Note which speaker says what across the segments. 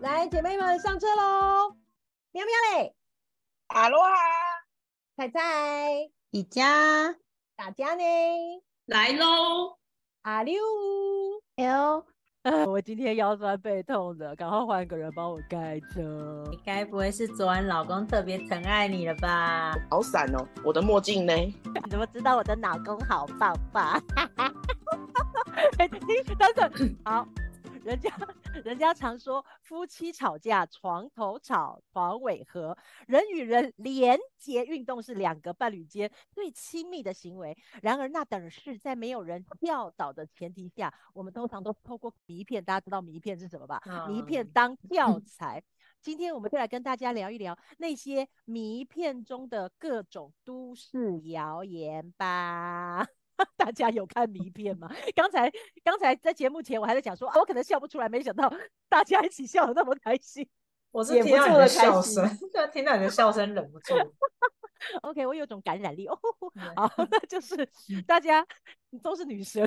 Speaker 1: 来，姐妹们上车喽！喵喵嘞，
Speaker 2: 阿罗哈，
Speaker 1: 菜菜，
Speaker 3: 宜家
Speaker 1: 大家呢？
Speaker 4: 来喽！
Speaker 1: 阿六，
Speaker 3: L，
Speaker 5: 我今天腰酸背痛的，赶快换个人帮我开车。
Speaker 3: 你该不会是昨晚老公特别疼爱你了吧？
Speaker 2: 好闪哦！我的墨镜呢？
Speaker 5: 你 怎么知道我的老公好棒棒？ 哎、等等，好，人家人家常说夫妻吵架床头吵，床尾和，人与人连结运动是两个伴侣间最亲密的行为。然而那等事在没有人教导的前提下，我们通常都透过迷片，大家知道迷片是什么吧？
Speaker 6: 嗯
Speaker 5: 迷片当教材。 今天我们就来跟大家聊一聊那些迷片中的各种都市谣言吧。 大家有看迷片吗？ 刚才刚才在节目前我还在讲说、啊，我可能笑不出来，没想到大家一起笑的那么开心。
Speaker 7: 我是
Speaker 6: 忍
Speaker 7: 听
Speaker 6: 不
Speaker 7: 到
Speaker 6: 住
Speaker 7: 你的
Speaker 6: 的开
Speaker 7: 笑
Speaker 6: 心
Speaker 7: 声， 对，听到你的笑声忍不住。
Speaker 5: OK，我有种感染力 哦。
Speaker 7: 对
Speaker 5: 好，那就是大家都是女生，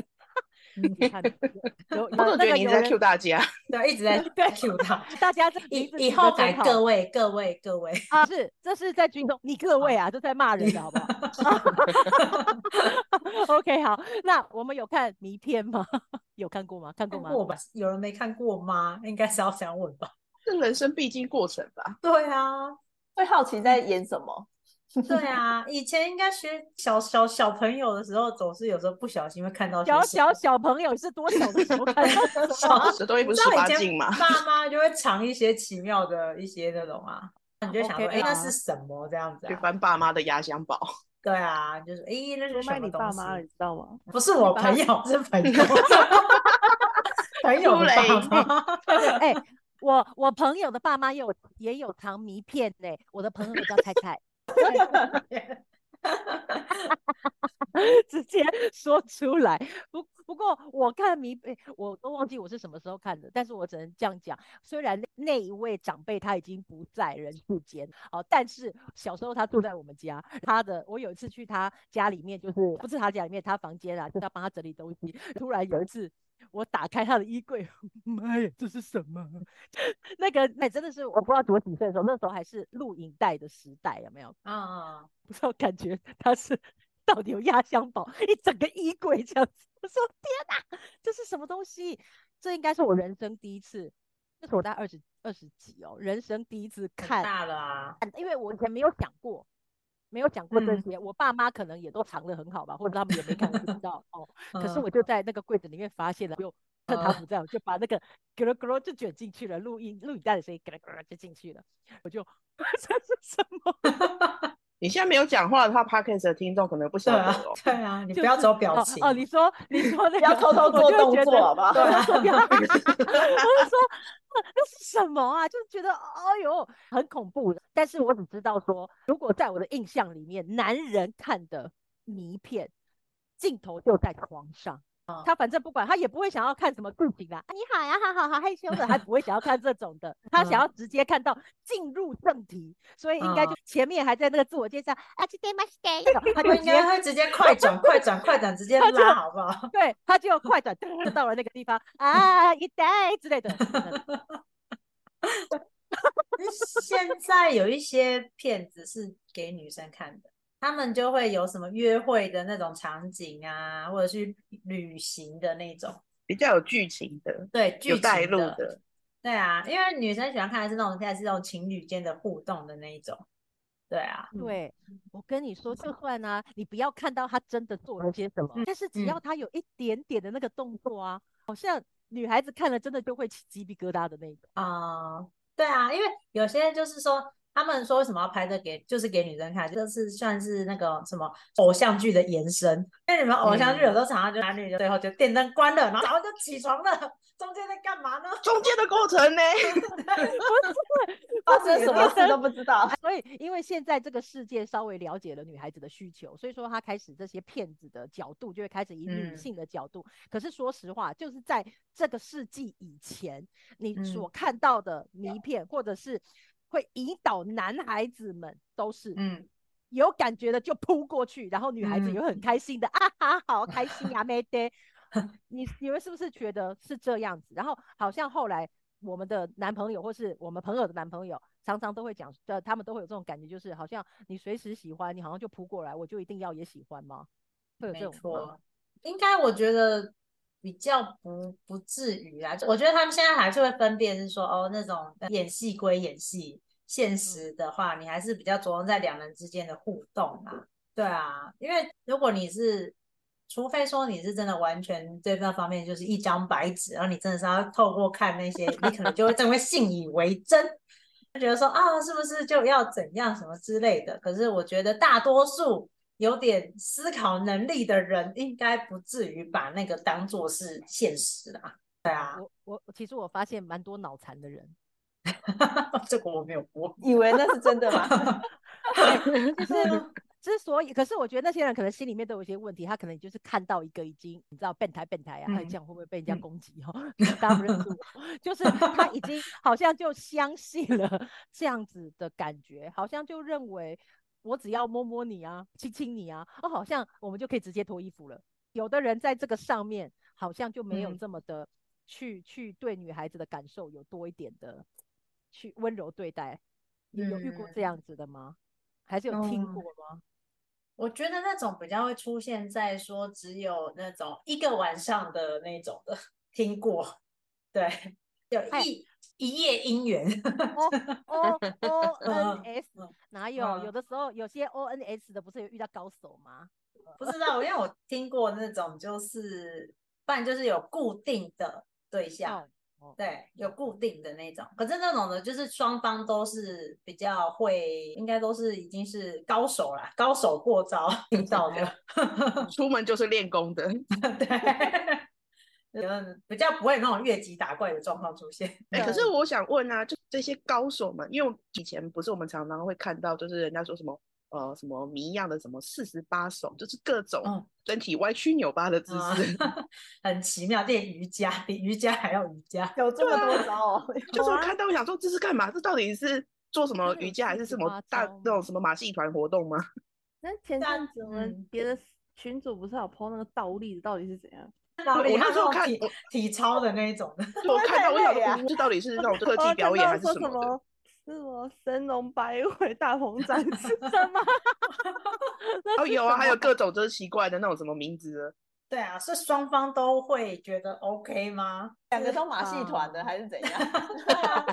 Speaker 5: 嗯你看 有有
Speaker 2: 我总觉
Speaker 5: 有那
Speaker 2: 得
Speaker 5: 个
Speaker 2: 你
Speaker 5: 有
Speaker 2: 在
Speaker 5: 人
Speaker 2: Q 大家，
Speaker 7: 对，一直在
Speaker 5: 对
Speaker 7: Q 他。
Speaker 5: 大家这
Speaker 7: 以
Speaker 5: 名字
Speaker 7: 以
Speaker 5: 取
Speaker 7: 后
Speaker 5: 得真
Speaker 7: 改
Speaker 5: 好
Speaker 7: 各位各位各位，
Speaker 5: 啊，是这是在军中，你各位啊，都在骂人的好不 好？OK，好，那我们有看迷片吗？ 有看过吗？看过
Speaker 7: 看
Speaker 5: 吗？
Speaker 7: 过吧？有人没看过吗？应该是要想问吧？
Speaker 2: 这人生必经过程吧？
Speaker 7: 对啊，
Speaker 6: 会好奇在演什
Speaker 7: 嗯
Speaker 6: 么。
Speaker 7: 对啊，以前应该学小小小朋友的时候，总是有时候不小心会看到些
Speaker 5: 小
Speaker 7: 什么
Speaker 5: 小小朋友是多小的时 候看到什么？
Speaker 2: 这东西不
Speaker 7: 你
Speaker 2: 是
Speaker 7: 哦知
Speaker 2: 十
Speaker 7: 道
Speaker 2: 八
Speaker 7: 以
Speaker 2: 禁
Speaker 7: 前
Speaker 2: 吗？
Speaker 7: 爸妈就会藏一些奇妙的一些那种啊， 你就想说，
Speaker 5: OK
Speaker 7: 哎、那
Speaker 5: 啊
Speaker 7: 是什么这样子
Speaker 2: 去
Speaker 7: 啊？
Speaker 2: 翻爸妈的压箱宝，
Speaker 7: 对啊，就是哎、那是什
Speaker 6: 卖
Speaker 7: 么
Speaker 6: 你
Speaker 7: 东
Speaker 6: 爸
Speaker 7: 西？
Speaker 6: 妈了，你知道吗？
Speaker 7: 不是我
Speaker 5: 爸
Speaker 7: 朋友，是朋友，朋友
Speaker 2: 出
Speaker 7: 的
Speaker 2: 来
Speaker 7: 爸妈。
Speaker 5: 哎、我我朋友的爸妈也有也有藏迷片呢、我的朋友叫菜菜， 直接说出来。不不过我看迷片，我都忘记我是什么时候看的，但是我只能这样讲。虽然那那一位长辈他已经不在人世间哦，但是小时候他住在我们家，他的我有一次去他家里面，就是不是他家里面，他房间啊，就是要帮他整理东西。突然有一次，我打开他的衣柜， 妈呀，这是什么？ 那个那真的是我不知道我几岁的时候，那时候还是录影带的时代，有没有？
Speaker 7: 啊，
Speaker 5: 不知道感觉他是到底有压箱宝，一整个衣柜这样子。我说天哪，这是什么东西？这应该是我人生第一次，那是我 大概二十二十几哦，人生第一次
Speaker 7: 很
Speaker 5: 看
Speaker 7: 大了啊，
Speaker 5: 看因为我以前没有讲过，没有讲过这
Speaker 7: 嗯
Speaker 5: 些，我爸妈可能也都藏得很好吧，或者他们也没看，我不知道 哦。可是
Speaker 7: 嗯
Speaker 5: 我就在那个柜子里面发现了，就趁他不在，我就把那个咯咯咯就卷进去了，录音录影带的声音咯咯咯就进去了，我就 这是什么？
Speaker 2: 你现在没有讲话的话，Podcast 的听众可能不晓
Speaker 7: 对
Speaker 2: 得
Speaker 7: 啊
Speaker 2: 哦，。
Speaker 7: 对啊，你
Speaker 5: 就
Speaker 7: 不要
Speaker 5: 是
Speaker 7: 走表
Speaker 5: 哦
Speaker 7: 情
Speaker 5: 哦，你说 你说那个，
Speaker 6: 不要偷偷
Speaker 5: 我
Speaker 6: 做
Speaker 5: 就会
Speaker 6: 动
Speaker 5: 觉
Speaker 6: 作
Speaker 5: 得
Speaker 6: 好不好
Speaker 5: 对 啊，
Speaker 7: 对啊
Speaker 5: 不要我就说 那那是什么啊？就是觉得哎呦很恐怖。但是我只知道说，如果在我的印象里面，男人看的迷片镜头就在床上。
Speaker 6: 啊
Speaker 5: 他反正不管，他也不会想要看什么剧情啦。啊你好呀，好好好，害羞的，他不会想要看这种的，他
Speaker 6: 嗯
Speaker 5: 想要直接看到进入正题，所以应该就前面还在那个自我介绍啊，去 day my day，那种他就
Speaker 7: 我
Speaker 5: 直
Speaker 7: 应
Speaker 5: 接
Speaker 7: 该会直接快 转、快转、快转，直接
Speaker 5: 他就
Speaker 7: 拉，好不好？
Speaker 5: 对，他就快转噔到了那个地 方啊，一代之类的。 嗯
Speaker 7: 现在有一些片子是给女生看的，他们就会有什么约会的那种场景啊，或者去旅行的那种，
Speaker 2: 比较有剧情的，
Speaker 7: 对，
Speaker 2: 有
Speaker 7: 剧
Speaker 2: 带
Speaker 7: 情
Speaker 2: 路
Speaker 7: 的。
Speaker 2: 的，
Speaker 7: 对啊，因为女生喜欢看的是那种现在是那种情侣间的互动的那一种。对啊，
Speaker 5: 对， 我跟你说，就算啊，你不要看到他真的做了些什么，但是只要他有一点点的那个动作啊，好像女孩子看了真的就会起鸡皮疙瘩的那种。
Speaker 7: 啊、对啊，因为有些就是说，他们说为什么要拍这给，就是给女生看，就是算是那个什么偶像剧的延伸。因为你们偶像剧有时候常常就男女就最后就电灯关了，然后早上就起床了，中间在干嘛呢？
Speaker 2: 中间的过程呢？
Speaker 6: 发生什么事都不知道。
Speaker 5: 所以，因为现在这个世界稍微了解了女孩子的需求，所以说她开始这些骗子的角度就会开始以女
Speaker 7: 嗯
Speaker 5: 性的角度。可是说实话，就是在这个世纪以前，你
Speaker 7: 嗯
Speaker 5: 所看到的迷片，或者是会引导男孩子们，都是
Speaker 7: 嗯，
Speaker 5: 有感觉的就扑过去，然后女孩子
Speaker 7: 嗯
Speaker 5: 也会很开心的、啊哈，好 开心呀、啊，妹爹，你你们是不是觉得是这样子？然后好像后来我们的男朋友或是我们朋友的男朋友，常常都会讲，呃，他们都会有这种感觉，就是好像你随时喜欢，你好像就扑过来，我就一定要也喜欢吗？会有这
Speaker 7: 没
Speaker 5: 种吗
Speaker 7: 错，应该我觉得比较不不至于啦。我觉得他们现在还是会分辨，是说哦那种呃演戏归演
Speaker 5: 嗯
Speaker 7: 戏，现实的话你还是比较着重在两人之间的互动啦。对啊，因为如果你是，除非说你是真的完全对那方面就是一张白纸，然后你真的是要透过看那些，你可能就会真的会信以为真。就觉得说啊，是不是就要怎样什么之类的？可是我觉得大多数有点思考能力的人，应该不至于把那个当做是现实啦。啊
Speaker 5: 我我其实我发现蛮多脑残的人，
Speaker 7: 这个我没有过，
Speaker 6: 以为那是真的吗？
Speaker 5: 就是 之所以，可是我觉得那些人可能心里面都有一些问题，他可能就是看到一个已经你知道变态变态啊，哎
Speaker 7: 嗯
Speaker 5: 这样会不会被人家
Speaker 7: 嗯
Speaker 5: 攻击哦？大家不 认识我，就是他已经好像就相信了 这样子的感觉，好像就认为我只要摸摸你啊，亲亲你啊，哦，好像我们就可以直接脱衣服了。有的人在这个上面好像就没有
Speaker 7: 嗯
Speaker 5: 这么的去、去对女孩子的感受有多一点的去温柔对待，你有遇过这样子的吗？还是有听
Speaker 7: 嗯
Speaker 5: 过吗？
Speaker 7: 我觉得那种比较会出现在说只有那种一个晚上的那种的， 听过，对，有
Speaker 5: 哎
Speaker 7: 一一夜姻缘，
Speaker 5: 哦 O N
Speaker 7: 嗯
Speaker 5: S
Speaker 7: 嗯
Speaker 5: 哪有？有
Speaker 7: 嗯
Speaker 5: 的时候有些 O N S 的不是有遇到高手吗？
Speaker 7: 不知道，因为我听过那种就是，不然就是有固定的对象，
Speaker 5: 哦
Speaker 7: 对，有固定的那种。可是那种呢，就是双方都是比较会，应该都是已经是高手啦，高手过招 听到的，
Speaker 2: 出门就是练功的。
Speaker 7: 对， 嗯，比较不会有那种越级打怪的状况出现。
Speaker 2: 哎、可是我想问啊，就这些高手们，因为以前不是我们常常会看到，就是人家说什么呃什么谜一样的什么四十八手，就是各种
Speaker 7: 嗯
Speaker 2: 身体歪曲扭八的姿
Speaker 7: 啊
Speaker 2: 势，
Speaker 7: 很奇妙，练瑜伽比瑜伽还要瑜伽。
Speaker 6: 有这么多招哦？
Speaker 2: 就是我看到我想说这是干嘛？这到底是做什么
Speaker 5: 真的有
Speaker 2: 瑜伽还是什么
Speaker 5: 48
Speaker 2: 大
Speaker 5: 招吗
Speaker 2: 那种什么马戏团活动吗？
Speaker 6: 那前
Speaker 7: 那
Speaker 6: 阵子我们
Speaker 7: 嗯
Speaker 6: 别的群主不是有 PO 那个倒立的，到底是怎样？
Speaker 7: 然后
Speaker 2: 我
Speaker 7: 你
Speaker 2: 那时候
Speaker 7: 种
Speaker 2: 看
Speaker 7: 体
Speaker 2: 我
Speaker 7: 体操的那一种的，
Speaker 2: 我
Speaker 6: 太
Speaker 2: 看到我想
Speaker 6: 累啊
Speaker 2: 说，这到底是 那种特
Speaker 6: 我
Speaker 2: 技
Speaker 6: 看
Speaker 2: 表演
Speaker 6: 到
Speaker 2: 还是
Speaker 6: 哦说
Speaker 2: 什
Speaker 6: 什
Speaker 2: 么的？
Speaker 6: 么？是我神龙摆尾大鹏展翅什么？
Speaker 2: 哦，有啊，还有各种就是奇怪的那种什么名字的，
Speaker 7: 对啊，是双方都会觉得 OK 吗？
Speaker 6: 两个都马戏团的还是怎 样？
Speaker 7: 对啊，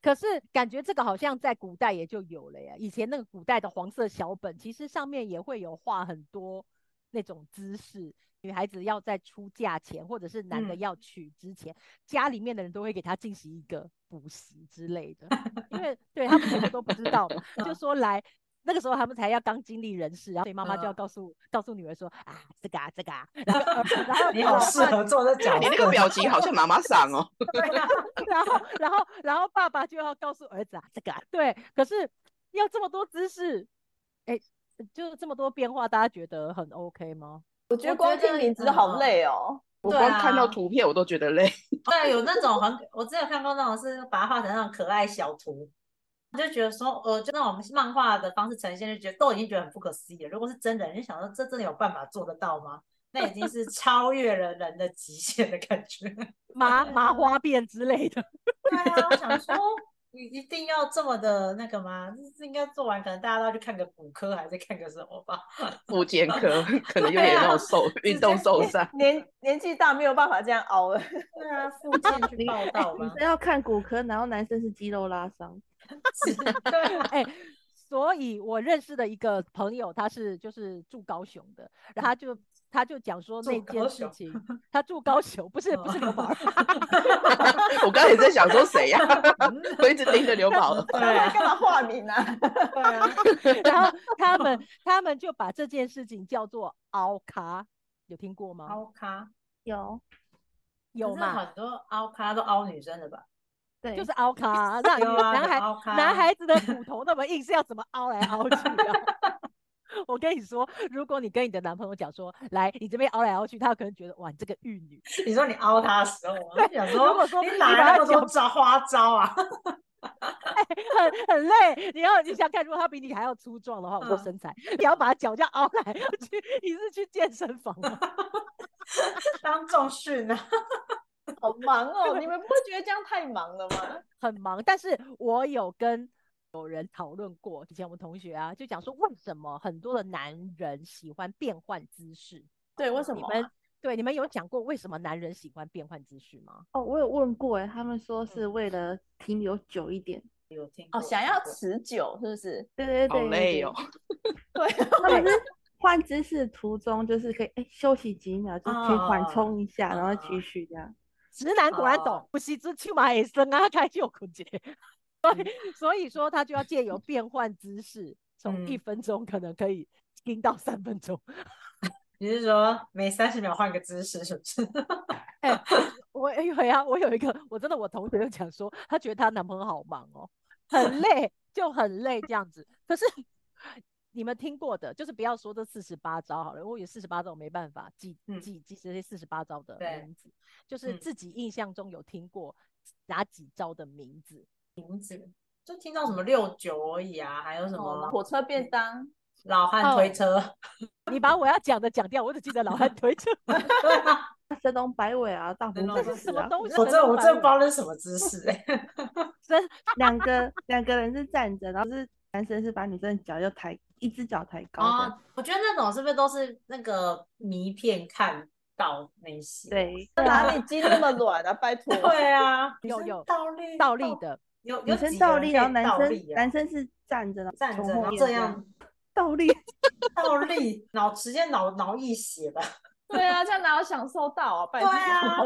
Speaker 5: 可是感觉这个好像在古代也就有了呀。以前那个古代的黄色小本，其实上面也会有画很多那种姿势，女孩子要在出嫁前，或者是男的
Speaker 7: 嗯
Speaker 5: 要娶之前，家里面的人都会给她进行一个补习之类 的，因为对他们全部都不知道嘛，
Speaker 7: 嗯
Speaker 5: 就说来。那个时候他们才要刚经历人事，然后所以妈妈就要
Speaker 7: 嗯
Speaker 5: 告诉、告诉女儿说啊这个啊这个啊，然 后儿子然后
Speaker 7: 啊你好
Speaker 5: 老
Speaker 7: 适
Speaker 5: 爸
Speaker 7: 合做这角色。
Speaker 2: 哎你那个表情好像妈妈桑 哦。
Speaker 7: 对啊，
Speaker 5: 然后，然后，然后爸爸就要告诉儿子啊，这个、啊、对，可是要这么多姿势，哎，就这么多变化，大家觉得很 OK 吗？
Speaker 6: 我觉得
Speaker 7: 我
Speaker 6: 光
Speaker 7: 觉得
Speaker 6: 听名字好
Speaker 7: 嗯
Speaker 6: 累哦。
Speaker 2: 我
Speaker 7: 对
Speaker 2: 光看到
Speaker 7: 啊
Speaker 2: 图片我都觉得累。
Speaker 7: 对，啊有那种很，我之前有看过那种是把它画成那种可爱小图，我就觉得说，呃，就那种漫画的方式呈现，就觉得都已经觉得很不可思议了。如果是真人，就想说这真的有办法做得到吗？那已经是超越了人的极限的感觉。
Speaker 5: 麻麻花辫之类的，
Speaker 7: 对啊，我想说，你一定要这么的那个吗？这应该做完，可能大家都要去看个骨科，还是看个什么吧？
Speaker 2: 妇健 科可能有
Speaker 7: 对
Speaker 2: 点那
Speaker 7: 啊
Speaker 2: 种受运动受伤。
Speaker 6: 年年纪大没有办法这样熬了，
Speaker 7: 对啊，附近去报道
Speaker 6: 女
Speaker 7: 吗
Speaker 6: 生？要看骨科，然后男生是肌肉拉伤。
Speaker 7: 是对啊，
Speaker 5: 哎。所以我认识的一个朋友，他是就是住高雄的，然后他就他就讲说
Speaker 7: 住
Speaker 5: 那
Speaker 7: 高
Speaker 5: 件事
Speaker 7: 雄
Speaker 5: 情， 他住高雄，不是不是
Speaker 7: 哦
Speaker 5: 刘宝儿，
Speaker 2: 我刚才也在想说谁呀、 我一直盯着刘 宝儿。
Speaker 7: 对
Speaker 6: 那
Speaker 7: 啊，
Speaker 6: 嗯干嘛化名啊？
Speaker 7: 对啊，
Speaker 5: 然后他 们他们就把这件事情叫做凹咖，有听过吗？
Speaker 7: 凹咖。
Speaker 6: 有，
Speaker 5: 有
Speaker 7: 可是
Speaker 5: 嘛？
Speaker 7: 很多凹咖都凹女生的吧？
Speaker 6: 对
Speaker 5: 就是凹咖啊，那
Speaker 7: 有啊
Speaker 5: 男
Speaker 7: 有
Speaker 5: 孩
Speaker 7: 凹咖
Speaker 5: 男孩子的骨头那么硬，是要怎么凹来凹去啊？ 我跟你说，如果你跟你的男朋友讲说，来你这边凹来凹去，他可能觉得哇，你这个玉女。
Speaker 7: 你说你凹他的时候吗？我想
Speaker 5: 如果说
Speaker 7: 你
Speaker 5: 你把
Speaker 7: 哪哦哎来那
Speaker 5: 他
Speaker 7: 么
Speaker 5: 脚
Speaker 7: 多招花招啊？
Speaker 5: 很很累。你要你想看，如果他比你还要粗壮的话，我
Speaker 7: 嗯
Speaker 5: 身材，你要把他脚这样凹来凹去，你是去健身房吗？
Speaker 7: 当众训啊？
Speaker 6: 好
Speaker 7: 忙哦！你们不会觉得这样太忙了吗？
Speaker 5: 很忙，但是我有跟有人讨论过，以前我们同学啊，就讲说为什么很多的男人喜欢变换姿势？
Speaker 7: 对，为什
Speaker 5: 你
Speaker 7: 么啊？
Speaker 5: 们对你们有讲过为什么男人喜欢变换姿势吗？
Speaker 6: 哦，我有问过哎，他们说是为了停留久一点。
Speaker 7: 哦，想要持久是不是？
Speaker 6: 对对
Speaker 2: 好
Speaker 6: 对，
Speaker 2: 累哦。。
Speaker 6: 他 们是换姿势途中就是可以哎休息几秒，就可以缓
Speaker 7: 哦
Speaker 6: 冲一下，然后
Speaker 7: 哦
Speaker 6: 继续这样。
Speaker 5: 直男果然懂
Speaker 7: 哦，
Speaker 5: 不是只去马也生啊，开就苦节。 所以
Speaker 7: 嗯
Speaker 5: 所以说他就要借由变换姿势，从一
Speaker 7: 嗯
Speaker 5: 分钟可能可以盯到三分钟。
Speaker 7: 你是说每三十秒换个姿势是不是？
Speaker 5: 哎、我我有呀，我有一个，我真的我同学就讲说，她觉得她男朋友好忙哦，很累，就很累这样子。可是你们听过的，就是不要说这四十八招好了，我有四十八招我没办法记
Speaker 7: 嗯
Speaker 5: 记记这些四十八招的
Speaker 7: 对
Speaker 5: 名字，就是
Speaker 7: 嗯
Speaker 5: 自己印象中有听过哪几招的名字。
Speaker 7: 就听到什么六九而已啊，还有什么
Speaker 6: 哦
Speaker 8: 火车便当，
Speaker 7: 老汉推车？啊
Speaker 5: 你把我要讲的讲掉，我只记得老汉推 车，
Speaker 7: 对啊，
Speaker 6: 神龙摆尾啊，大鹏
Speaker 7: 龙
Speaker 6: 展
Speaker 7: 摆
Speaker 6: 翅
Speaker 5: 什么
Speaker 6: 啊
Speaker 5: 东西？
Speaker 7: 哦我这我这不知
Speaker 5: 包
Speaker 7: 道那是什么姿势哎、
Speaker 5: 真
Speaker 6: 两个两个人是站着，然后是男生是把女生的脚就抬，一只脚抬高这样。
Speaker 7: 哦，我觉得那种是不是都是那个迷片看到那些？
Speaker 6: 对，
Speaker 8: 哪里筋那么软啊？拜托，
Speaker 7: 对啊，
Speaker 5: 有
Speaker 7: 女生
Speaker 5: 有
Speaker 7: 倒立
Speaker 5: 倒立的，
Speaker 7: 有
Speaker 6: 女
Speaker 7: 有
Speaker 6: 生
Speaker 7: 几
Speaker 6: 倒
Speaker 7: 个人可
Speaker 6: 立，
Speaker 7: 以
Speaker 6: 然后男
Speaker 7: 倒
Speaker 6: 生
Speaker 7: 立啊
Speaker 6: 男生是站着，然后
Speaker 7: 站
Speaker 6: 从
Speaker 7: 着，
Speaker 6: 后
Speaker 7: 然后
Speaker 6: 面
Speaker 7: 这
Speaker 6: 这样
Speaker 7: 样
Speaker 6: 倒立。
Speaker 7: 倒立，脑直接脑脑溢血 了。
Speaker 8: 对啊，这样哪有享受到啊？拜
Speaker 7: 对
Speaker 8: 托，
Speaker 7: 啊，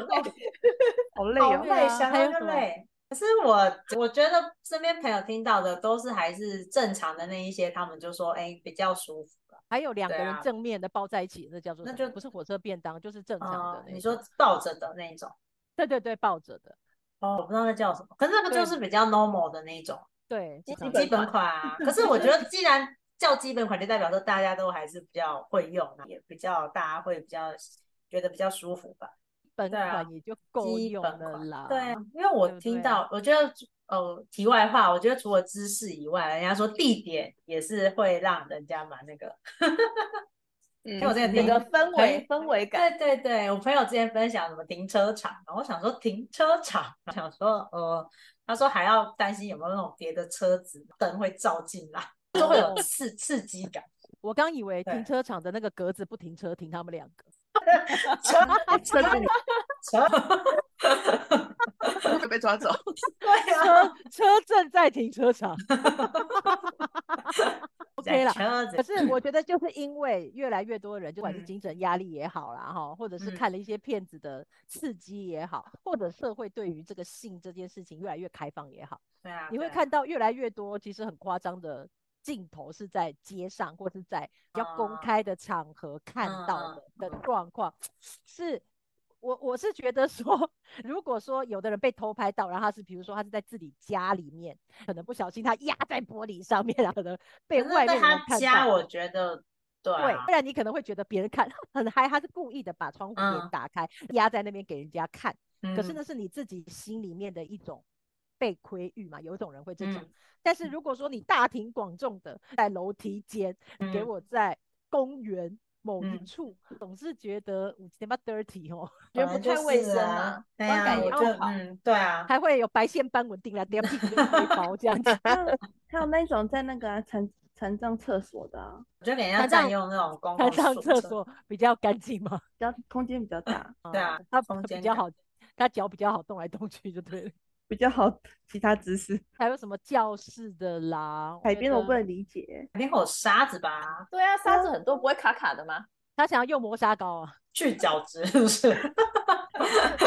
Speaker 6: 好累
Speaker 7: 好
Speaker 6: 哦。
Speaker 7: 累，想
Speaker 5: 还有什
Speaker 7: 到就
Speaker 5: 么
Speaker 7: 累。可是我我觉得身边朋友听到的都是还是正常的那一些，他们就说哎比较舒服了。
Speaker 5: 还有两个
Speaker 7: 对
Speaker 5: 人
Speaker 7: 啊
Speaker 5: 正面的包在一起，那叫做
Speaker 7: 那
Speaker 5: 什么
Speaker 7: 就
Speaker 5: 不是火车便当，就是正常的
Speaker 7: 哦
Speaker 5: 那种。
Speaker 7: 你说抱着的那一种，
Speaker 5: 对对对，抱着的，
Speaker 7: 哦，我不知道那叫什么，可是那个就是比较 normal 的那一种
Speaker 5: 对，
Speaker 8: 基
Speaker 5: 正常
Speaker 7: 基
Speaker 8: 本款
Speaker 7: 本款啊。可是我觉得既然叫基本款，就代表说大家都还是比较会用，啊也比较大家会比较觉得比较舒服吧。
Speaker 5: 本
Speaker 7: 对啊
Speaker 5: 款也就够
Speaker 7: 基
Speaker 5: 用
Speaker 7: 本
Speaker 5: 了
Speaker 7: 款
Speaker 5: 啦。
Speaker 7: 对啊，因为我
Speaker 5: 对不
Speaker 7: 听
Speaker 5: 对
Speaker 7: 到，我觉得呃，题外话，我觉得除了姿势以外，人家说地点也是会让人家蛮 那个。因为我
Speaker 2: 嗯，
Speaker 7: 之前
Speaker 8: 整
Speaker 7: 听
Speaker 8: 个氛围氛围感，
Speaker 7: 对对对，我朋友之前分享什么停车场，然后我想说停车场，我想说呃，他说还要担心有没有那种别的车子灯会照进来，就会
Speaker 5: 哦
Speaker 7: 有刺刺激 感。
Speaker 5: 我刚以为停
Speaker 7: 对
Speaker 5: 车场的那个格子不停车，停他们两个。
Speaker 7: 车
Speaker 6: 车子里。
Speaker 7: 车，
Speaker 2: 会被抓走。
Speaker 7: 对啊，
Speaker 5: 车车正在停车场。OK 啦，
Speaker 7: 车子
Speaker 5: 可是我觉得就是因为越来越多人，就不管是
Speaker 7: 嗯
Speaker 5: 精神压力也好啦，哈，或者是
Speaker 7: 嗯
Speaker 5: 看了一些片子的刺激也好，或者社会对于这个性这件事情越来越开放也好，
Speaker 7: 对啊，
Speaker 5: 你会
Speaker 7: 对啊
Speaker 5: 看到越来越多其实很夸张的镜头是在街上或是在比较公
Speaker 7: 啊
Speaker 5: 开的场合看到
Speaker 7: 嗯
Speaker 5: 的、的状况，是。我我是觉得说， 如果说有的人被偷拍到，然后他是比如说他是在自己家里面，可能不小心他压在玻璃上面，然后可能被
Speaker 7: 可是
Speaker 5: 外
Speaker 7: 在
Speaker 5: 面的人
Speaker 7: 他
Speaker 5: 看
Speaker 7: 家，
Speaker 5: 到。
Speaker 7: 我觉得对
Speaker 5: 对
Speaker 7: 啊，，
Speaker 5: 不然你可能会觉得别人看 很嗨，他是故意的把窗户帘
Speaker 7: 嗯
Speaker 5: 打开，压在那边给人家看。可是
Speaker 7: 嗯
Speaker 5: 那是你自己心里面的一种被窥欲嘛，有一种人会这种。
Speaker 7: 嗯
Speaker 5: 但是如果说你大庭广众的在楼梯间，给
Speaker 7: 嗯
Speaker 5: 我在公园某一
Speaker 7: 嗯
Speaker 5: 处，总是觉得五点八 dirty 哦，
Speaker 8: 觉得
Speaker 7: 本
Speaker 8: 不
Speaker 7: 来就
Speaker 8: 太卫
Speaker 7: 是
Speaker 8: 生
Speaker 7: 啊
Speaker 8: 啊，
Speaker 7: 对
Speaker 8: 观
Speaker 7: 啊
Speaker 8: 感
Speaker 7: 我
Speaker 8: 也
Speaker 7: 觉
Speaker 8: 不
Speaker 7: 得
Speaker 8: 好
Speaker 7: 嗯，对啊，
Speaker 5: 还会有白线斑纹定来，掉屁股就飞包这样 子
Speaker 6: 还有还有那种在那个啊残残障厕所的啊，
Speaker 7: 我觉得给人
Speaker 5: 他
Speaker 7: 家
Speaker 5: 上
Speaker 7: 占用那种公
Speaker 5: 他
Speaker 7: 共
Speaker 5: 上
Speaker 7: 宿
Speaker 5: 厕
Speaker 7: 舍，
Speaker 5: 所比较干净嘛，
Speaker 6: 比较空间比较大，
Speaker 7: 对啊，
Speaker 5: 他
Speaker 7: 空
Speaker 5: 比
Speaker 7: 间
Speaker 5: 较
Speaker 7: 感
Speaker 5: 好，他脚比较好动来动去就对了。
Speaker 6: 比较好 其他姿势。
Speaker 5: 还有什么教室的啦，
Speaker 6: 海边的我不
Speaker 5: 问。
Speaker 6: 能理解，
Speaker 7: 肯定会有沙子吧，
Speaker 8: 对啊，沙子很多，不会卡卡的吗？
Speaker 5: 他想要用磨砂膏啊，
Speaker 7: 去角质是不 是？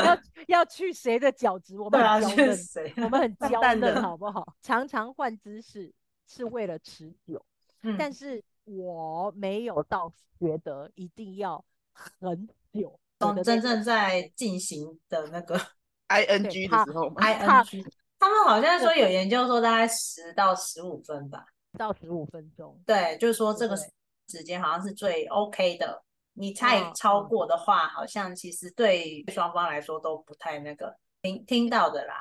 Speaker 5: 要要去谁的脚趾？我们
Speaker 7: 对啊，
Speaker 5: 很
Speaker 7: 就
Speaker 5: 娇
Speaker 7: 是
Speaker 5: 嫩，
Speaker 7: 谁？
Speaker 5: 我 们很
Speaker 6: 上
Speaker 5: 娇
Speaker 6: 蛋
Speaker 5: 嫩，
Speaker 6: 的
Speaker 5: 好不好？常常换姿势是为了持久，
Speaker 7: 嗯
Speaker 5: 但是我没有到觉得一定要很久。我的
Speaker 7: 从真
Speaker 5: 那
Speaker 7: 正在进行的那个
Speaker 2: I N G 的
Speaker 5: 他
Speaker 2: 时候嘛，
Speaker 5: 差
Speaker 7: ing，他们好像说有研究说大概十到十五分吧，
Speaker 5: 到十五分钟，
Speaker 7: 对，就是说这个
Speaker 5: 对
Speaker 7: 时间好像是最 OK 的。你太
Speaker 5: 嗯
Speaker 7: 超
Speaker 5: 嗯
Speaker 7: 过的话，好像其实对双方来说都不太那个听听到的啦。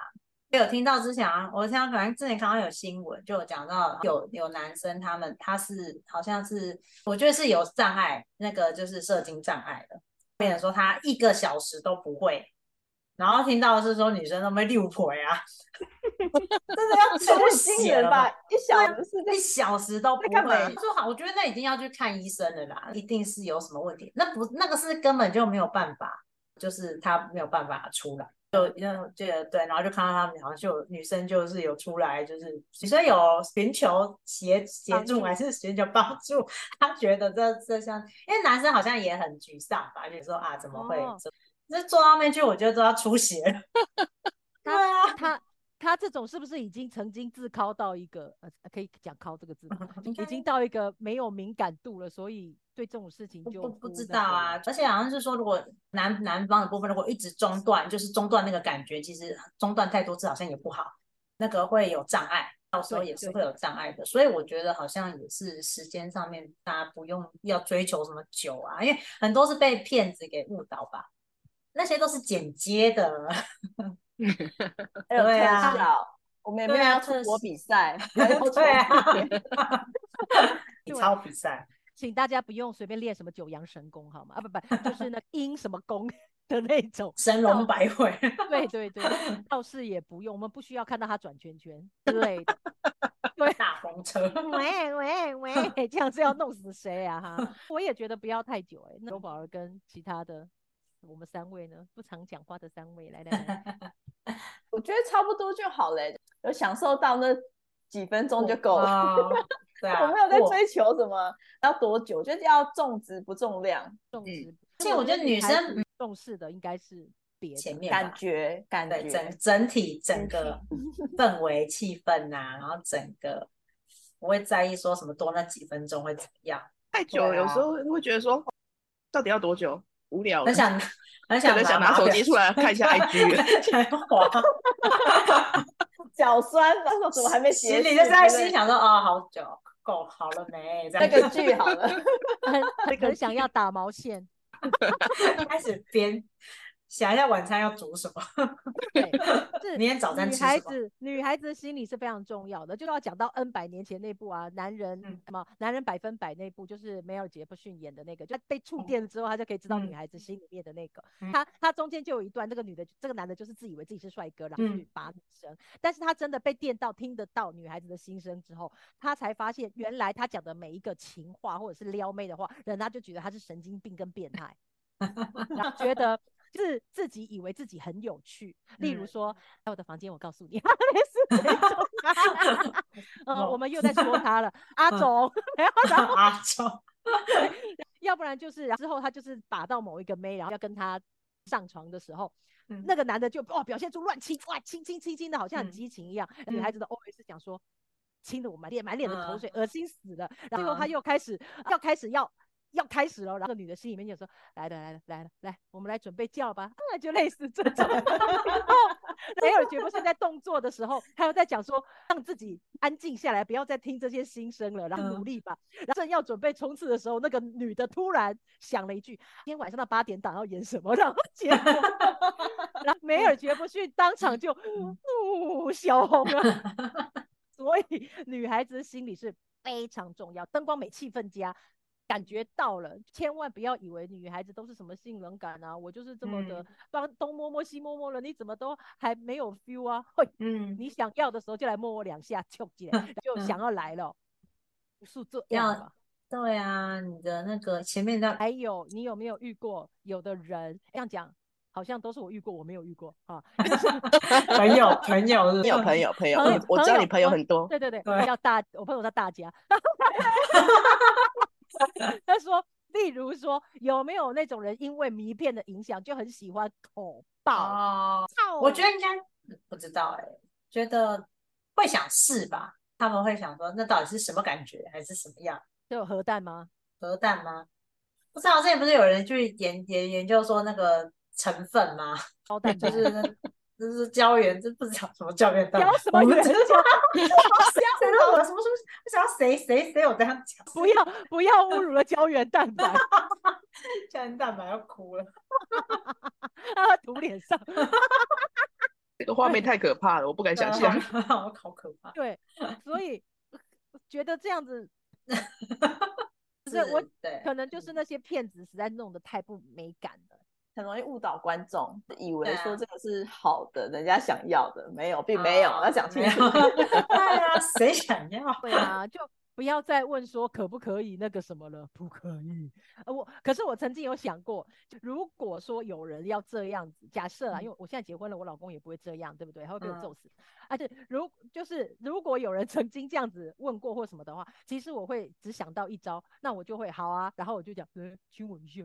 Speaker 7: 我有听到之前，啊，我像可能之前刚刚有新闻就有讲到有有男生他们他是好像是我觉得是有障碍，那个就是射精障碍的，变成说他一个小时都不会然后听到的是说女生都没六婆呀，
Speaker 8: 真的要
Speaker 7: 受
Speaker 8: 全
Speaker 7: 洗
Speaker 8: 新人
Speaker 7: 了
Speaker 8: 吧
Speaker 7: 吧？
Speaker 8: 一小时
Speaker 7: 一小时都不
Speaker 8: 在干嘛
Speaker 7: 会。说好，我觉得那一定要去看医生了啦，一定是有什么问题。那不，那个是根本就没有办法，就是他没有办法出来。就就记得对，然后就看到他们好像就有女生就是有出来，就是女生有寻求协协
Speaker 5: 帮
Speaker 7: 助
Speaker 5: 助
Speaker 7: 还是寻求帮助，他觉得这这项，因为男生好像也很沮丧吧，就说啊怎么会
Speaker 5: 哦
Speaker 7: 这，那、坐到那边去我觉得都要出血了。 对啊
Speaker 5: 他，他他这种是不是已经曾经自拷到一个呃，可以讲“拷”这个字吗？ 已经到一个没有敏感度了，所以对这种事情
Speaker 7: 不
Speaker 5: 就
Speaker 7: 不不知
Speaker 5: 那
Speaker 7: 道
Speaker 5: 个
Speaker 7: 啊
Speaker 5: 了，
Speaker 7: 而且好像是说，如果南南方的部分如果一直中断，就是中断那个感觉，其实中断太多次好像也不好，那个会有障碍，到时候
Speaker 5: 对
Speaker 7: 也是
Speaker 5: 对，
Speaker 7: 会有障碍的。所以我觉得好像也是时间上面，大家不用要追求什么久啊，因为很多是被骗子给误导吧，那些都是剪接 的。
Speaker 8: 还有
Speaker 7: 对啊
Speaker 8: 特效，我们也没
Speaker 7: 对
Speaker 8: 有
Speaker 7: 啊
Speaker 8: 要出
Speaker 7: 特
Speaker 8: 国
Speaker 7: 效
Speaker 8: 比赛，还有
Speaker 7: 对啊
Speaker 8: 啊
Speaker 7: 体
Speaker 5: 对
Speaker 7: 操比赛，
Speaker 5: 请大家不用随便练什么九阳神功，好吗？啊，不不，就是那阴什么功 的那种。
Speaker 7: 神 龙摆尾。
Speaker 5: 对对对，倒是也不用，我们不需要看到他转圈圈之类的。 对，
Speaker 7: 大风车，
Speaker 5: 喂喂喂，哎这样是要弄死谁啊？哈， 我也觉得不要太久哎、那周宝儿跟其他的我们三位呢，不常讲话的三位，来来来，
Speaker 8: 我觉得差不多就好嘞，有享受到那几分钟就够了。
Speaker 7: 哦。对啊，
Speaker 8: 我没有在
Speaker 7: 过
Speaker 8: 追求什么要多久，就是要重质不重量，
Speaker 5: 重视。
Speaker 7: 而且我觉得女
Speaker 5: 孩
Speaker 7: 生
Speaker 5: 子重视的应该是别的。
Speaker 7: 前面吧
Speaker 8: 感觉感
Speaker 7: 对
Speaker 8: 觉
Speaker 7: 整整体整个氛围气氛呐、然后整个不会在意说什么多那几分钟会怎么样，
Speaker 2: 太久了，
Speaker 7: 对
Speaker 2: 有
Speaker 7: 啊
Speaker 2: 时候会觉得说，到底要多久？无聊了，
Speaker 7: 很想很
Speaker 2: 可
Speaker 7: 想
Speaker 2: 能想
Speaker 7: 把
Speaker 2: 拿手机出来看一 下 IG 了。
Speaker 7: 想要滑，
Speaker 8: 脚酸，那时候怎么还没结
Speaker 7: 心
Speaker 8: 束之
Speaker 7: 里
Speaker 8: 类的？
Speaker 7: 就是在心想说哦，好久够好了没？这
Speaker 8: 那
Speaker 7: 样
Speaker 8: 个剧好了，
Speaker 5: 很 很想要打毛线，
Speaker 7: 开始编想一下晚餐要煮什么，
Speaker 5: 对，是
Speaker 7: 明天早餐
Speaker 5: 女
Speaker 7: 吃
Speaker 5: 孩
Speaker 7: 什么？
Speaker 5: 子，女孩子的心理是非常重要的，就要讲到 N 百年前那部啊，男人
Speaker 7: 嗯
Speaker 5: 什么、男人百分百那部，就是梅尔杰布逊演的那个，就他被触
Speaker 7: 哦
Speaker 5: 电了之后，他就可以知道女
Speaker 7: 嗯
Speaker 5: 孩子心里面的那个。
Speaker 7: 嗯
Speaker 5: 他他中间就有一段，这个女的，这个男的就是自以为自己是帅哥，然后去
Speaker 7: 嗯
Speaker 5: 把女生，但是他真的被电到，听得到女孩子的心声之后，他才发现原来他讲的每一个情话或者是撩妹的话，人家就觉得他是神经病跟变态。然后觉得自自己以为自己很有趣。例如
Speaker 7: 嗯
Speaker 5: 说，来我的房间，我告诉你， 类似这种 呃，我
Speaker 7: 哦
Speaker 5: 们又在说他了，阿
Speaker 7: 嗯
Speaker 5: 总。然后， 然后，
Speaker 7: 阿忠，
Speaker 5: 要不然就是之后他就是把到某一个妹，然后要跟他上床的时候，
Speaker 7: 嗯
Speaker 5: 那个男的就哦表现出乱亲哇亲亲亲亲的，好像很
Speaker 7: 嗯
Speaker 5: 激情一样。女孩子的 OS 讲说。亲的我满脸满脸的口
Speaker 7: 嗯
Speaker 5: 水，恶心死了。然后他
Speaker 7: 嗯
Speaker 5: 又开始要开始要要开始了，然后那个女的心里面就说：“来了来了来了来，我们来准备叫吧。”啊，就类似这种。 然后梅尔觉不是在动作的时候，他又在讲说让自己安静下来，不要再听这些心声了，然后努
Speaker 7: 嗯
Speaker 5: 力吧。然后正要准备冲刺的时候，那个女的突然想了一句：“今天晚上的八点档要演什么？” 然后结果，然后梅尔觉不逊当场就怒 小红了。所以女孩子的心理是非常重要，灯光美、气氛佳，感觉到了，千万不要以为女孩子都是什么性冷感啊，我就是这么的
Speaker 7: 嗯
Speaker 5: 帮东摸摸西摸摸了，你怎么都还没有 feel 啊？ 会，
Speaker 7: 嗯，
Speaker 5: 你想要的时候就来摸我两下，就起 来就想要来了，不是这样
Speaker 7: 要
Speaker 5: 吧？
Speaker 7: 对啊，你的那个前面的
Speaker 5: 还有，你有没有遇过有的人这样讲？好像都是我遇过，我没有遇过啊。
Speaker 7: 朋友朋友是不
Speaker 2: 你
Speaker 7: 是
Speaker 2: 有朋友，朋友，
Speaker 5: 朋友
Speaker 2: 我我知道
Speaker 5: 朋
Speaker 2: 你
Speaker 5: 友
Speaker 2: 朋友
Speaker 5: 我
Speaker 2: 很多，
Speaker 5: 对对对，
Speaker 7: 对
Speaker 5: 叫大，我朋友叫大 家。他说，例如说，有没有那种人因为迷片的影响，就很喜欢口爆？
Speaker 7: 哦，我觉得应该嗯不知道哎、觉得会想试吧，他们会想说那到底是什么感觉，还是什么样
Speaker 5: 就有核弹吗？
Speaker 7: 核弹吗？不知道之前不是有人去研研研究说那个成分吗？
Speaker 5: 高蛋白
Speaker 7: 就？是那就是胶原，这不知道什么胶原蛋白，
Speaker 5: 胶什么
Speaker 7: 我们
Speaker 5: 原
Speaker 7: 只 是说谁谁让我什么什么，我想要谁谁谁有这样讲
Speaker 5: 不要不要侮辱了胶原蛋白，
Speaker 7: 胶原蛋白要哭了，
Speaker 5: 让他涂脸上。
Speaker 2: 这个画面太可怕了，我不敢想
Speaker 7: 啊
Speaker 2: 象。
Speaker 7: 好好可怕。
Speaker 5: 对，所以 觉得这样子，就是我
Speaker 7: 对
Speaker 5: 可能就是
Speaker 7: 嗯
Speaker 5: 那些骗子实在弄得太不美感了。
Speaker 8: 很容易误导观众，以为
Speaker 7: 对啊
Speaker 8: 说这个是好的，人家想要的，没有，并没有，
Speaker 7: 哦
Speaker 8: 要讲清
Speaker 7: 没
Speaker 8: 楚
Speaker 7: 有。 对啊，谁想要？
Speaker 5: 对啊，就不要再问说可不可以那个什么了，不可以。呃，我可是我曾经有想过，就如果说有人要这样子，假设啊，因为我现在结婚了，我老公也不会这样，对不对？他会被我
Speaker 7: 嗯
Speaker 5: 揍死。而且如就是如果有人 曾经这样子问过或什么的话，其实我会只想到一招，那我就会好啊，然后我就讲，嗯，亲我一下。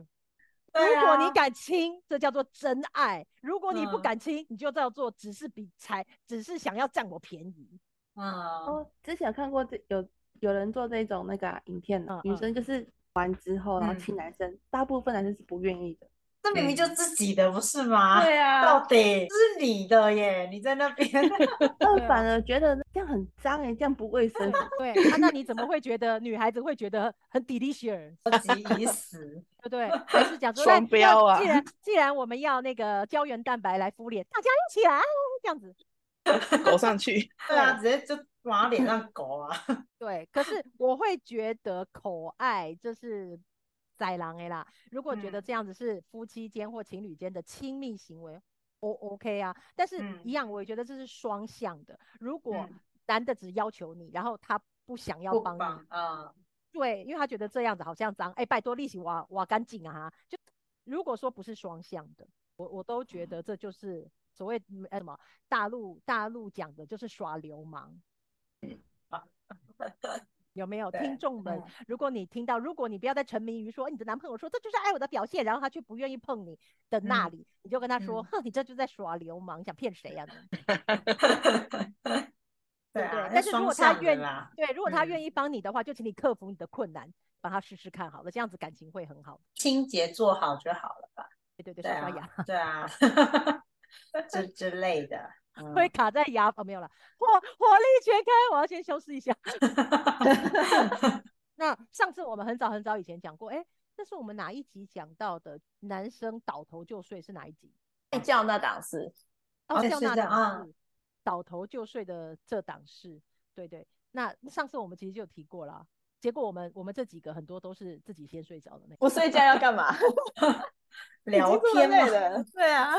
Speaker 7: 对
Speaker 5: 如果你
Speaker 7: 啊
Speaker 5: 敢亲，这叫做真爱；如果你不
Speaker 7: 嗯
Speaker 5: 敢亲，你就叫做只是比才，只是想要占我便宜。
Speaker 7: 嗯，
Speaker 6: 哦，之前有看过这有有人做这种那个啊、影片的、
Speaker 5: 嗯
Speaker 6: 女
Speaker 5: 嗯
Speaker 6: 生就是玩之后，然后
Speaker 7: 嗯
Speaker 6: 亲男生，大部分男生是不 愿意的。
Speaker 7: 这明明就自己的不是吗？
Speaker 8: 对
Speaker 7: 到
Speaker 8: 啊，
Speaker 7: 底这是你的耶，你在那边
Speaker 5: 啊
Speaker 6: 但反而觉得这样很脏哎、这样不 卫生。
Speaker 5: 对啊，那你怎么会觉得女孩子会觉得很 delicious，
Speaker 7: 着急已死，
Speaker 5: 对不对？还是讲说
Speaker 2: 双
Speaker 5: 那
Speaker 2: 标
Speaker 5: 那
Speaker 2: 啊
Speaker 5: 既然 既然我们要那个胶原蛋白来敷脸，大家一起来这样子。
Speaker 2: 勾上去，
Speaker 7: 对啊，直接就往他脸上狗啊，
Speaker 5: 对，可是我会觉得口爱就是宰狼哎啦。如果觉得这样子是夫妻间或情侣间的亲密行为，O OK 啊。但是
Speaker 7: 嗯
Speaker 5: 一样，我也觉得这是双向的。如果
Speaker 7: 嗯
Speaker 5: 男的只要求你，然后他不想要
Speaker 7: 不
Speaker 5: 帮你，
Speaker 7: 帮啊，
Speaker 5: 对，因为他觉得这样子好像脏，哎、拜托利息挖挖干净啊！就如果说不是双向的，我我都
Speaker 7: 嗯
Speaker 5: 觉得这就是所谓嗯呃什么大陆大陆讲的就是耍流 氓。
Speaker 7: 啊
Speaker 5: 有没有
Speaker 7: 对
Speaker 5: 听众们
Speaker 7: 嗯？
Speaker 5: 如果你听到，如果你不要再沉迷于说哎你的男朋友说这就是爱我的表现，然后他却不愿意碰你的那
Speaker 7: 嗯
Speaker 5: 里，你就跟他说：“
Speaker 7: 嗯
Speaker 5: 哼，你这就在耍流氓，你想骗谁 呀、你？”
Speaker 7: 对
Speaker 5: 对不对
Speaker 7: 啊，
Speaker 5: 但
Speaker 7: 那
Speaker 5: 是如
Speaker 7: 双
Speaker 5: 果他
Speaker 7: 向的
Speaker 5: 愿
Speaker 7: 啦，
Speaker 5: 对，如果他愿
Speaker 7: 嗯
Speaker 5: 意帮你的话，就请你克服你的困难，帮他试试看好了，这样子感情会很好。
Speaker 7: 清洁做好就好了吧，
Speaker 5: 对对对，
Speaker 7: 对
Speaker 5: 刷刷牙、
Speaker 7: 啊，对啊，之之类的，嗯
Speaker 5: 会卡在牙哦，没有了，火火力全开，我要先修饰一 下。那上次我们很早很早以前讲过，哎，这是我们哪一集讲到的？男生倒头就睡是哪一集？
Speaker 8: 睡觉那档事，
Speaker 5: 哦，
Speaker 7: 哦
Speaker 5: 叫
Speaker 7: 是
Speaker 5: 那
Speaker 7: 的
Speaker 5: 档
Speaker 7: 啊
Speaker 5: 事，倒头就睡的这档事，对对。那上次我们其实就有提过啦，结果我们我们这几个很多都是自己先睡着的那个。
Speaker 8: 不睡觉要干嘛？
Speaker 7: 聊
Speaker 8: 已经这么
Speaker 7: 天
Speaker 8: 累
Speaker 7: 嘛，
Speaker 8: 了，对啊，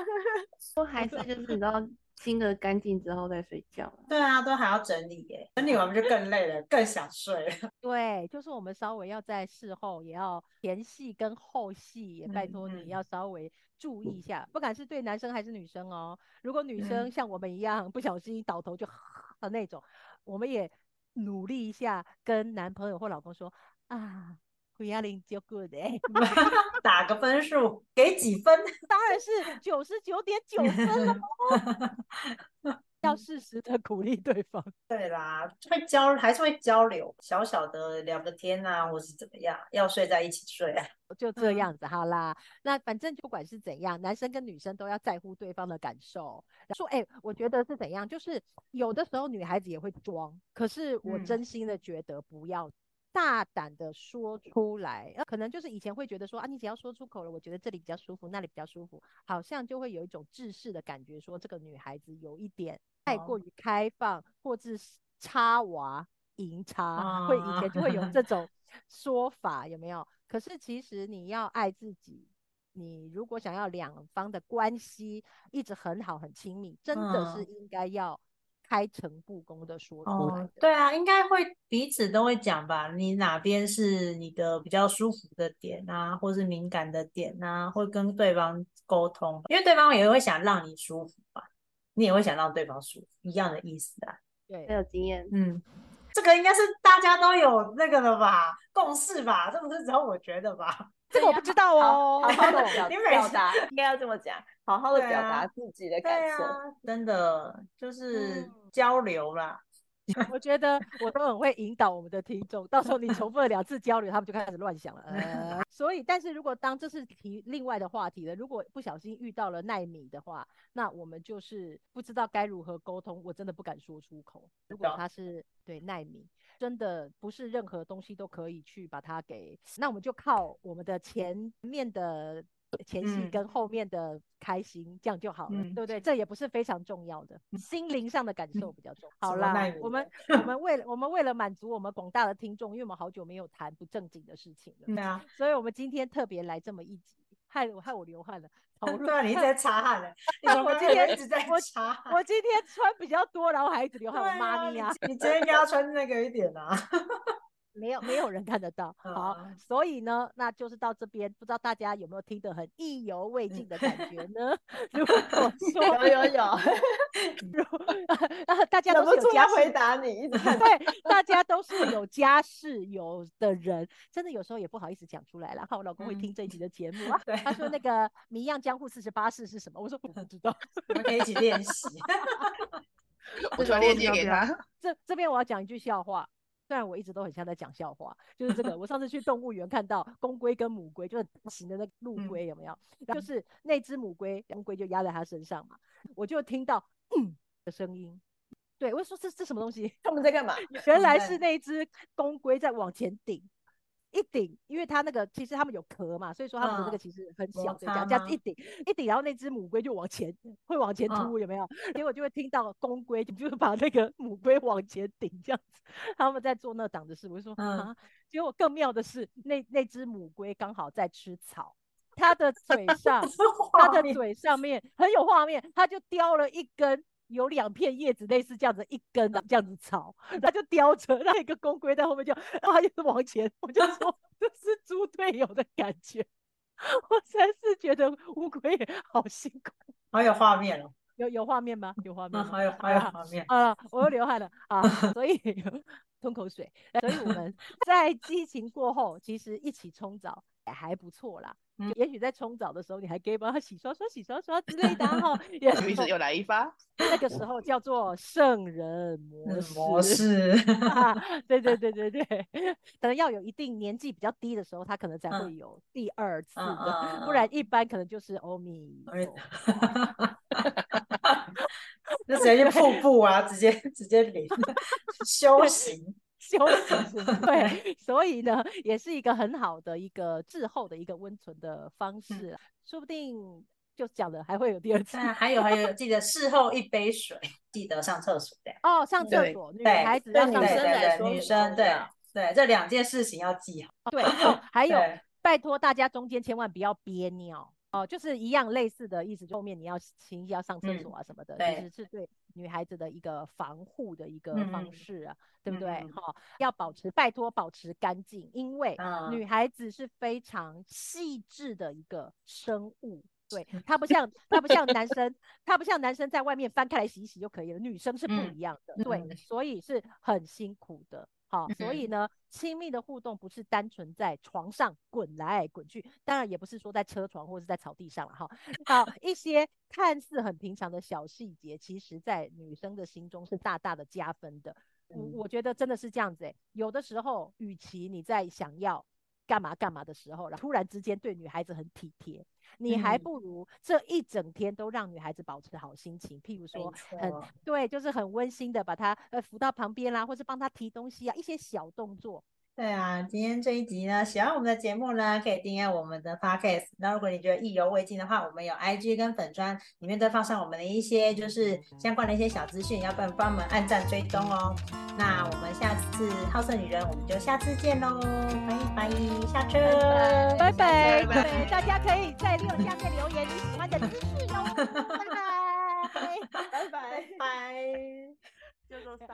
Speaker 6: 都还是就是你知道清个干净之后再睡觉啊。
Speaker 7: 对啊，都还要整理耶，整理完不就更累了，更想睡了，
Speaker 5: 对，就是我们稍微要在事后也要前戏跟后戏也拜
Speaker 7: 嗯
Speaker 5: 托你
Speaker 7: 嗯
Speaker 5: 要稍微注意一下，不管是对男生还是女生哦。如果女
Speaker 7: 嗯
Speaker 5: 生像我们一样不小心倒头就的那种，我们也努力一下跟男朋友或老公说啊，不要零就 good 哎，
Speaker 7: 打个分数，给几分？
Speaker 5: 当然是九十九点九分了哦，要适时的鼓励对方。
Speaker 7: 对啦，会交还是会交流，小小的聊个天啊，或是怎么样，要睡在一起睡啊。
Speaker 5: 就这
Speaker 7: 嗯
Speaker 5: 样子好啦。那反正就不管是怎样，男生跟女生都要在乎对方的感受。说，哎、我觉得是怎样，就是有的时候女孩子也会装，可是我
Speaker 7: 嗯
Speaker 5: 真心的觉得不要。大胆的说出来，呃，可能就是以前会觉得说啊，你只要说出口了，我觉得这里比较舒服，那里比较舒服，好像就会有一种制式的感觉，说这个女孩子有一点太过于开放，或者是插娃、银插，会以前就会有
Speaker 7: 啊
Speaker 5: 这种说法，有没有？可是其实你要爱自己，你如果想要两方的关系一直很好、很亲密，真的是
Speaker 7: 嗯
Speaker 5: 应该要开诚布公的说出来
Speaker 7: 哦
Speaker 5: 的。，
Speaker 7: 对啊，应该会彼此都会讲吧，你哪边是你的比较舒服的点啊，或是敏感的点啊，会跟对方沟通，因为对方也会想让你舒服嘛，你也会想让对方舒服，一样的意思啊。
Speaker 5: 对
Speaker 6: 很有经验，
Speaker 7: 嗯，这个应该是大家都有那个了吧，共识吧，这不是只有我觉得吧？
Speaker 5: 这个我不知道
Speaker 8: 好
Speaker 5: 哦。
Speaker 8: 好好的表
Speaker 7: 你每
Speaker 8: 表
Speaker 7: 次
Speaker 8: 达，应该要这么讲，好好的
Speaker 7: 对
Speaker 8: 表
Speaker 7: 啊
Speaker 8: 达自己的
Speaker 7: 对
Speaker 8: 感
Speaker 7: 啊
Speaker 8: 受。，
Speaker 7: 真的就是
Speaker 5: 嗯
Speaker 7: 交流啦。
Speaker 5: 我觉得我都很会引导我们的听众，到时候你重复了两次交流，他们就开始乱想了。 呃，所以，但是如果当这是提另外的话题了，如果不小心遇到了奈米的话，那我们就是不知道该如何沟通，我真的不敢说出口。如果
Speaker 7: 的
Speaker 5: 他是对奈米，真的不是任何东西都可以去把它给，那我们就靠我们的前面的。前戏
Speaker 7: 嗯
Speaker 5: 跟后面的开心，这样就好了，
Speaker 7: 嗯
Speaker 5: 对不对？这也不是非常重要的，心灵上的感受比较重要。好
Speaker 7: 么
Speaker 5: 啦
Speaker 7: 奈，米
Speaker 5: 我
Speaker 7: 的
Speaker 5: 们我们为了我们为了满足我们广大的听众，因为我们好久没有谈不正经的事情了，
Speaker 7: 对啊，
Speaker 5: 所以我们今天特别来这么一集。害我害我流 汗了。讨论
Speaker 7: 对啊，你一直在擦汗嘞，你
Speaker 5: 我
Speaker 7: 从刚
Speaker 5: 今
Speaker 7: 才
Speaker 5: 天
Speaker 7: 一直在
Speaker 5: 嗯我
Speaker 7: 擦汗。
Speaker 5: 我今天穿比较多，然后还一直流汗，我
Speaker 7: 对啊
Speaker 5: 妈咪啊
Speaker 7: 你
Speaker 5: 呀、
Speaker 7: 今你今天应该要穿那个一点啊。
Speaker 5: 没有没有人看得到。 好，
Speaker 7: 嗯
Speaker 5: 所以呢，那就是到这边，不知道大家有没有听得很意犹未尽的感觉呢？ 如果
Speaker 8: 有
Speaker 5: 说
Speaker 8: 有 有，
Speaker 5: 啊，大家
Speaker 8: 忍
Speaker 5: 都
Speaker 8: 不
Speaker 5: 是有
Speaker 8: 住
Speaker 5: 家
Speaker 8: 要
Speaker 5: 室
Speaker 8: 回答你，一直看。
Speaker 5: 对，大家都是有家室友的人，真的有时候也不好意思讲出来了。怕我老公会听这一集的节 目啊，
Speaker 7: 嗯对，
Speaker 5: 他说那个“谜样江户四十八式”是什么？我 说我不知道。
Speaker 7: 我们可以一起练习。
Speaker 2: 我传链接给他。
Speaker 5: 这这边我要讲一句笑话，虽然我一直都很像在讲笑话，就是这个。我上次去动物园看到公龟跟母龟，就是大型的那个陆
Speaker 7: 嗯
Speaker 5: 龟，有没有？然后就是那只母龟，公龟就压在它身上嘛，我就听到嗯的声音。对，我就说这这什么东西？
Speaker 8: 他们在干嘛？
Speaker 5: 原来是
Speaker 7: 在
Speaker 5: 那一只公龟在往前顶，一顶，因为它那个其实它们有壳嘛，所以说它们的那
Speaker 7: 嗯
Speaker 5: 个其实很
Speaker 7: 摩
Speaker 5: 小，这
Speaker 7: 擦
Speaker 5: 样这样
Speaker 7: 吗
Speaker 5: 一顶一顶，然后那只母龟就往前会往前
Speaker 7: 嗯
Speaker 5: 突，有没有？结果就会听到公龟就是把那个母龟往前顶这样子，他们在做那档子事。我就说
Speaker 7: 嗯
Speaker 5: 啊，结果更妙的是那那只母龟刚好在吃草，它的嘴上它
Speaker 7: 画
Speaker 5: 的
Speaker 7: 面
Speaker 5: 嘴上面很有画面，它就叼了一根有两片叶子，类似这样子一根的这样子草，它就叼着，那一个公龟在后面就，然后它就是往前，我就 说这是猪队友的感觉。我真是觉得乌龟也好辛苦，
Speaker 7: 好有画面哦，
Speaker 5: 有有画面吗？有画面
Speaker 7: 嗯，
Speaker 5: 吗
Speaker 7: 好有好有画面。
Speaker 5: 啊，我又流汗了啊，所以 吞口水。所以我们在激情过后，其实一起冲澡也还不错 啦。就
Speaker 7: 嗯
Speaker 5: 也许在冲澡的时候，你还可以帮他洗刷刷、洗刷刷之类的啊哈、 也
Speaker 2: 就一直又来一发，
Speaker 5: 那个时候叫做圣人模
Speaker 7: 嗯
Speaker 5: 式。
Speaker 7: 模式，
Speaker 5: 啊， 对对对对对，可能要有一定年纪比较低的时候，他可能才会
Speaker 7: 嗯
Speaker 5: 有第二次
Speaker 7: 嗯
Speaker 5: 的，
Speaker 7: 嗯嗯
Speaker 5: 不然一般可能就是欧米
Speaker 7: 哎
Speaker 5: 陀
Speaker 7: 就直接 去瀑布啊，直接直接淋修行。
Speaker 5: 休息是不 对，所以呢，也是一个很好的一个滞后的一个温存的方
Speaker 7: 嗯
Speaker 5: 式啦，说不定就讲了还会有第二次
Speaker 7: 当啊然还有还有，记得事后一杯水，记得上厕所。对
Speaker 5: 哦。上厕
Speaker 2: 对
Speaker 5: 所，女
Speaker 7: 对
Speaker 5: 孩子
Speaker 8: 对
Speaker 5: 要
Speaker 7: 对
Speaker 5: 上
Speaker 8: 女
Speaker 5: 厕
Speaker 8: 生来说
Speaker 7: 对对，女
Speaker 8: 很
Speaker 7: 生
Speaker 8: 重
Speaker 7: 对
Speaker 8: 要
Speaker 7: 对这两件事情要记好。
Speaker 5: 所，对，哦还有
Speaker 7: 对
Speaker 5: 拜托大家中间千万不要憋尿哦，就是一样类似的意思，就后面你要勤要上厕
Speaker 7: 嗯
Speaker 5: 所啊什么的，
Speaker 7: 对
Speaker 5: 其实是对女孩子的一个防护的一个
Speaker 7: 嗯
Speaker 5: 方式啊，对不对？
Speaker 7: 嗯嗯
Speaker 5: 哈、要保持拜托保持干净，因为
Speaker 7: 嗯
Speaker 5: 女孩子是非常细致的一个生物。对，
Speaker 7: 嗯
Speaker 5: 她不像她不像男生，她不像男生在外面翻开来洗一洗就可以了，女生是不
Speaker 7: 嗯
Speaker 5: 一样的，对，
Speaker 7: 嗯
Speaker 5: 所以是很辛苦的。好、所以呢，亲密的互动不是单纯在床上滚来滚去，当然也不是说在车床或是在草地上了哈。好、一些看似很平常的小细节，其实在女生的心中是大大的加分的。我我觉得真的是这样子、欸，有的时候，与其你在想要干嘛干嘛的时候，然后突然之间对女孩子很体贴，你还
Speaker 7: 嗯
Speaker 5: 不如这一整天都让女孩子保持好心情。譬如说，很
Speaker 7: 错
Speaker 5: 对，就是很温馨的把她呃扶到旁边啦，或是帮她提东西啊，一些小动作。
Speaker 7: 对啊，今天这一集呢，喜欢我们的节目呢，可以订阅我们的 podcast。那如果你觉得意犹未尽的话，我们有 IG 跟粉专，里面都放上我们的一些就是相关的一些小资讯，要不然帮我们按赞追踪哦。那我们下次好色女人，我们就下次见喽，拜拜，下车，
Speaker 5: 拜拜，
Speaker 2: 拜
Speaker 5: 对，大家可以在留下面留言你喜欢的姿势哟，拜拜。
Speaker 8: 拜拜。
Speaker 7: 拜。
Speaker 6: 就都上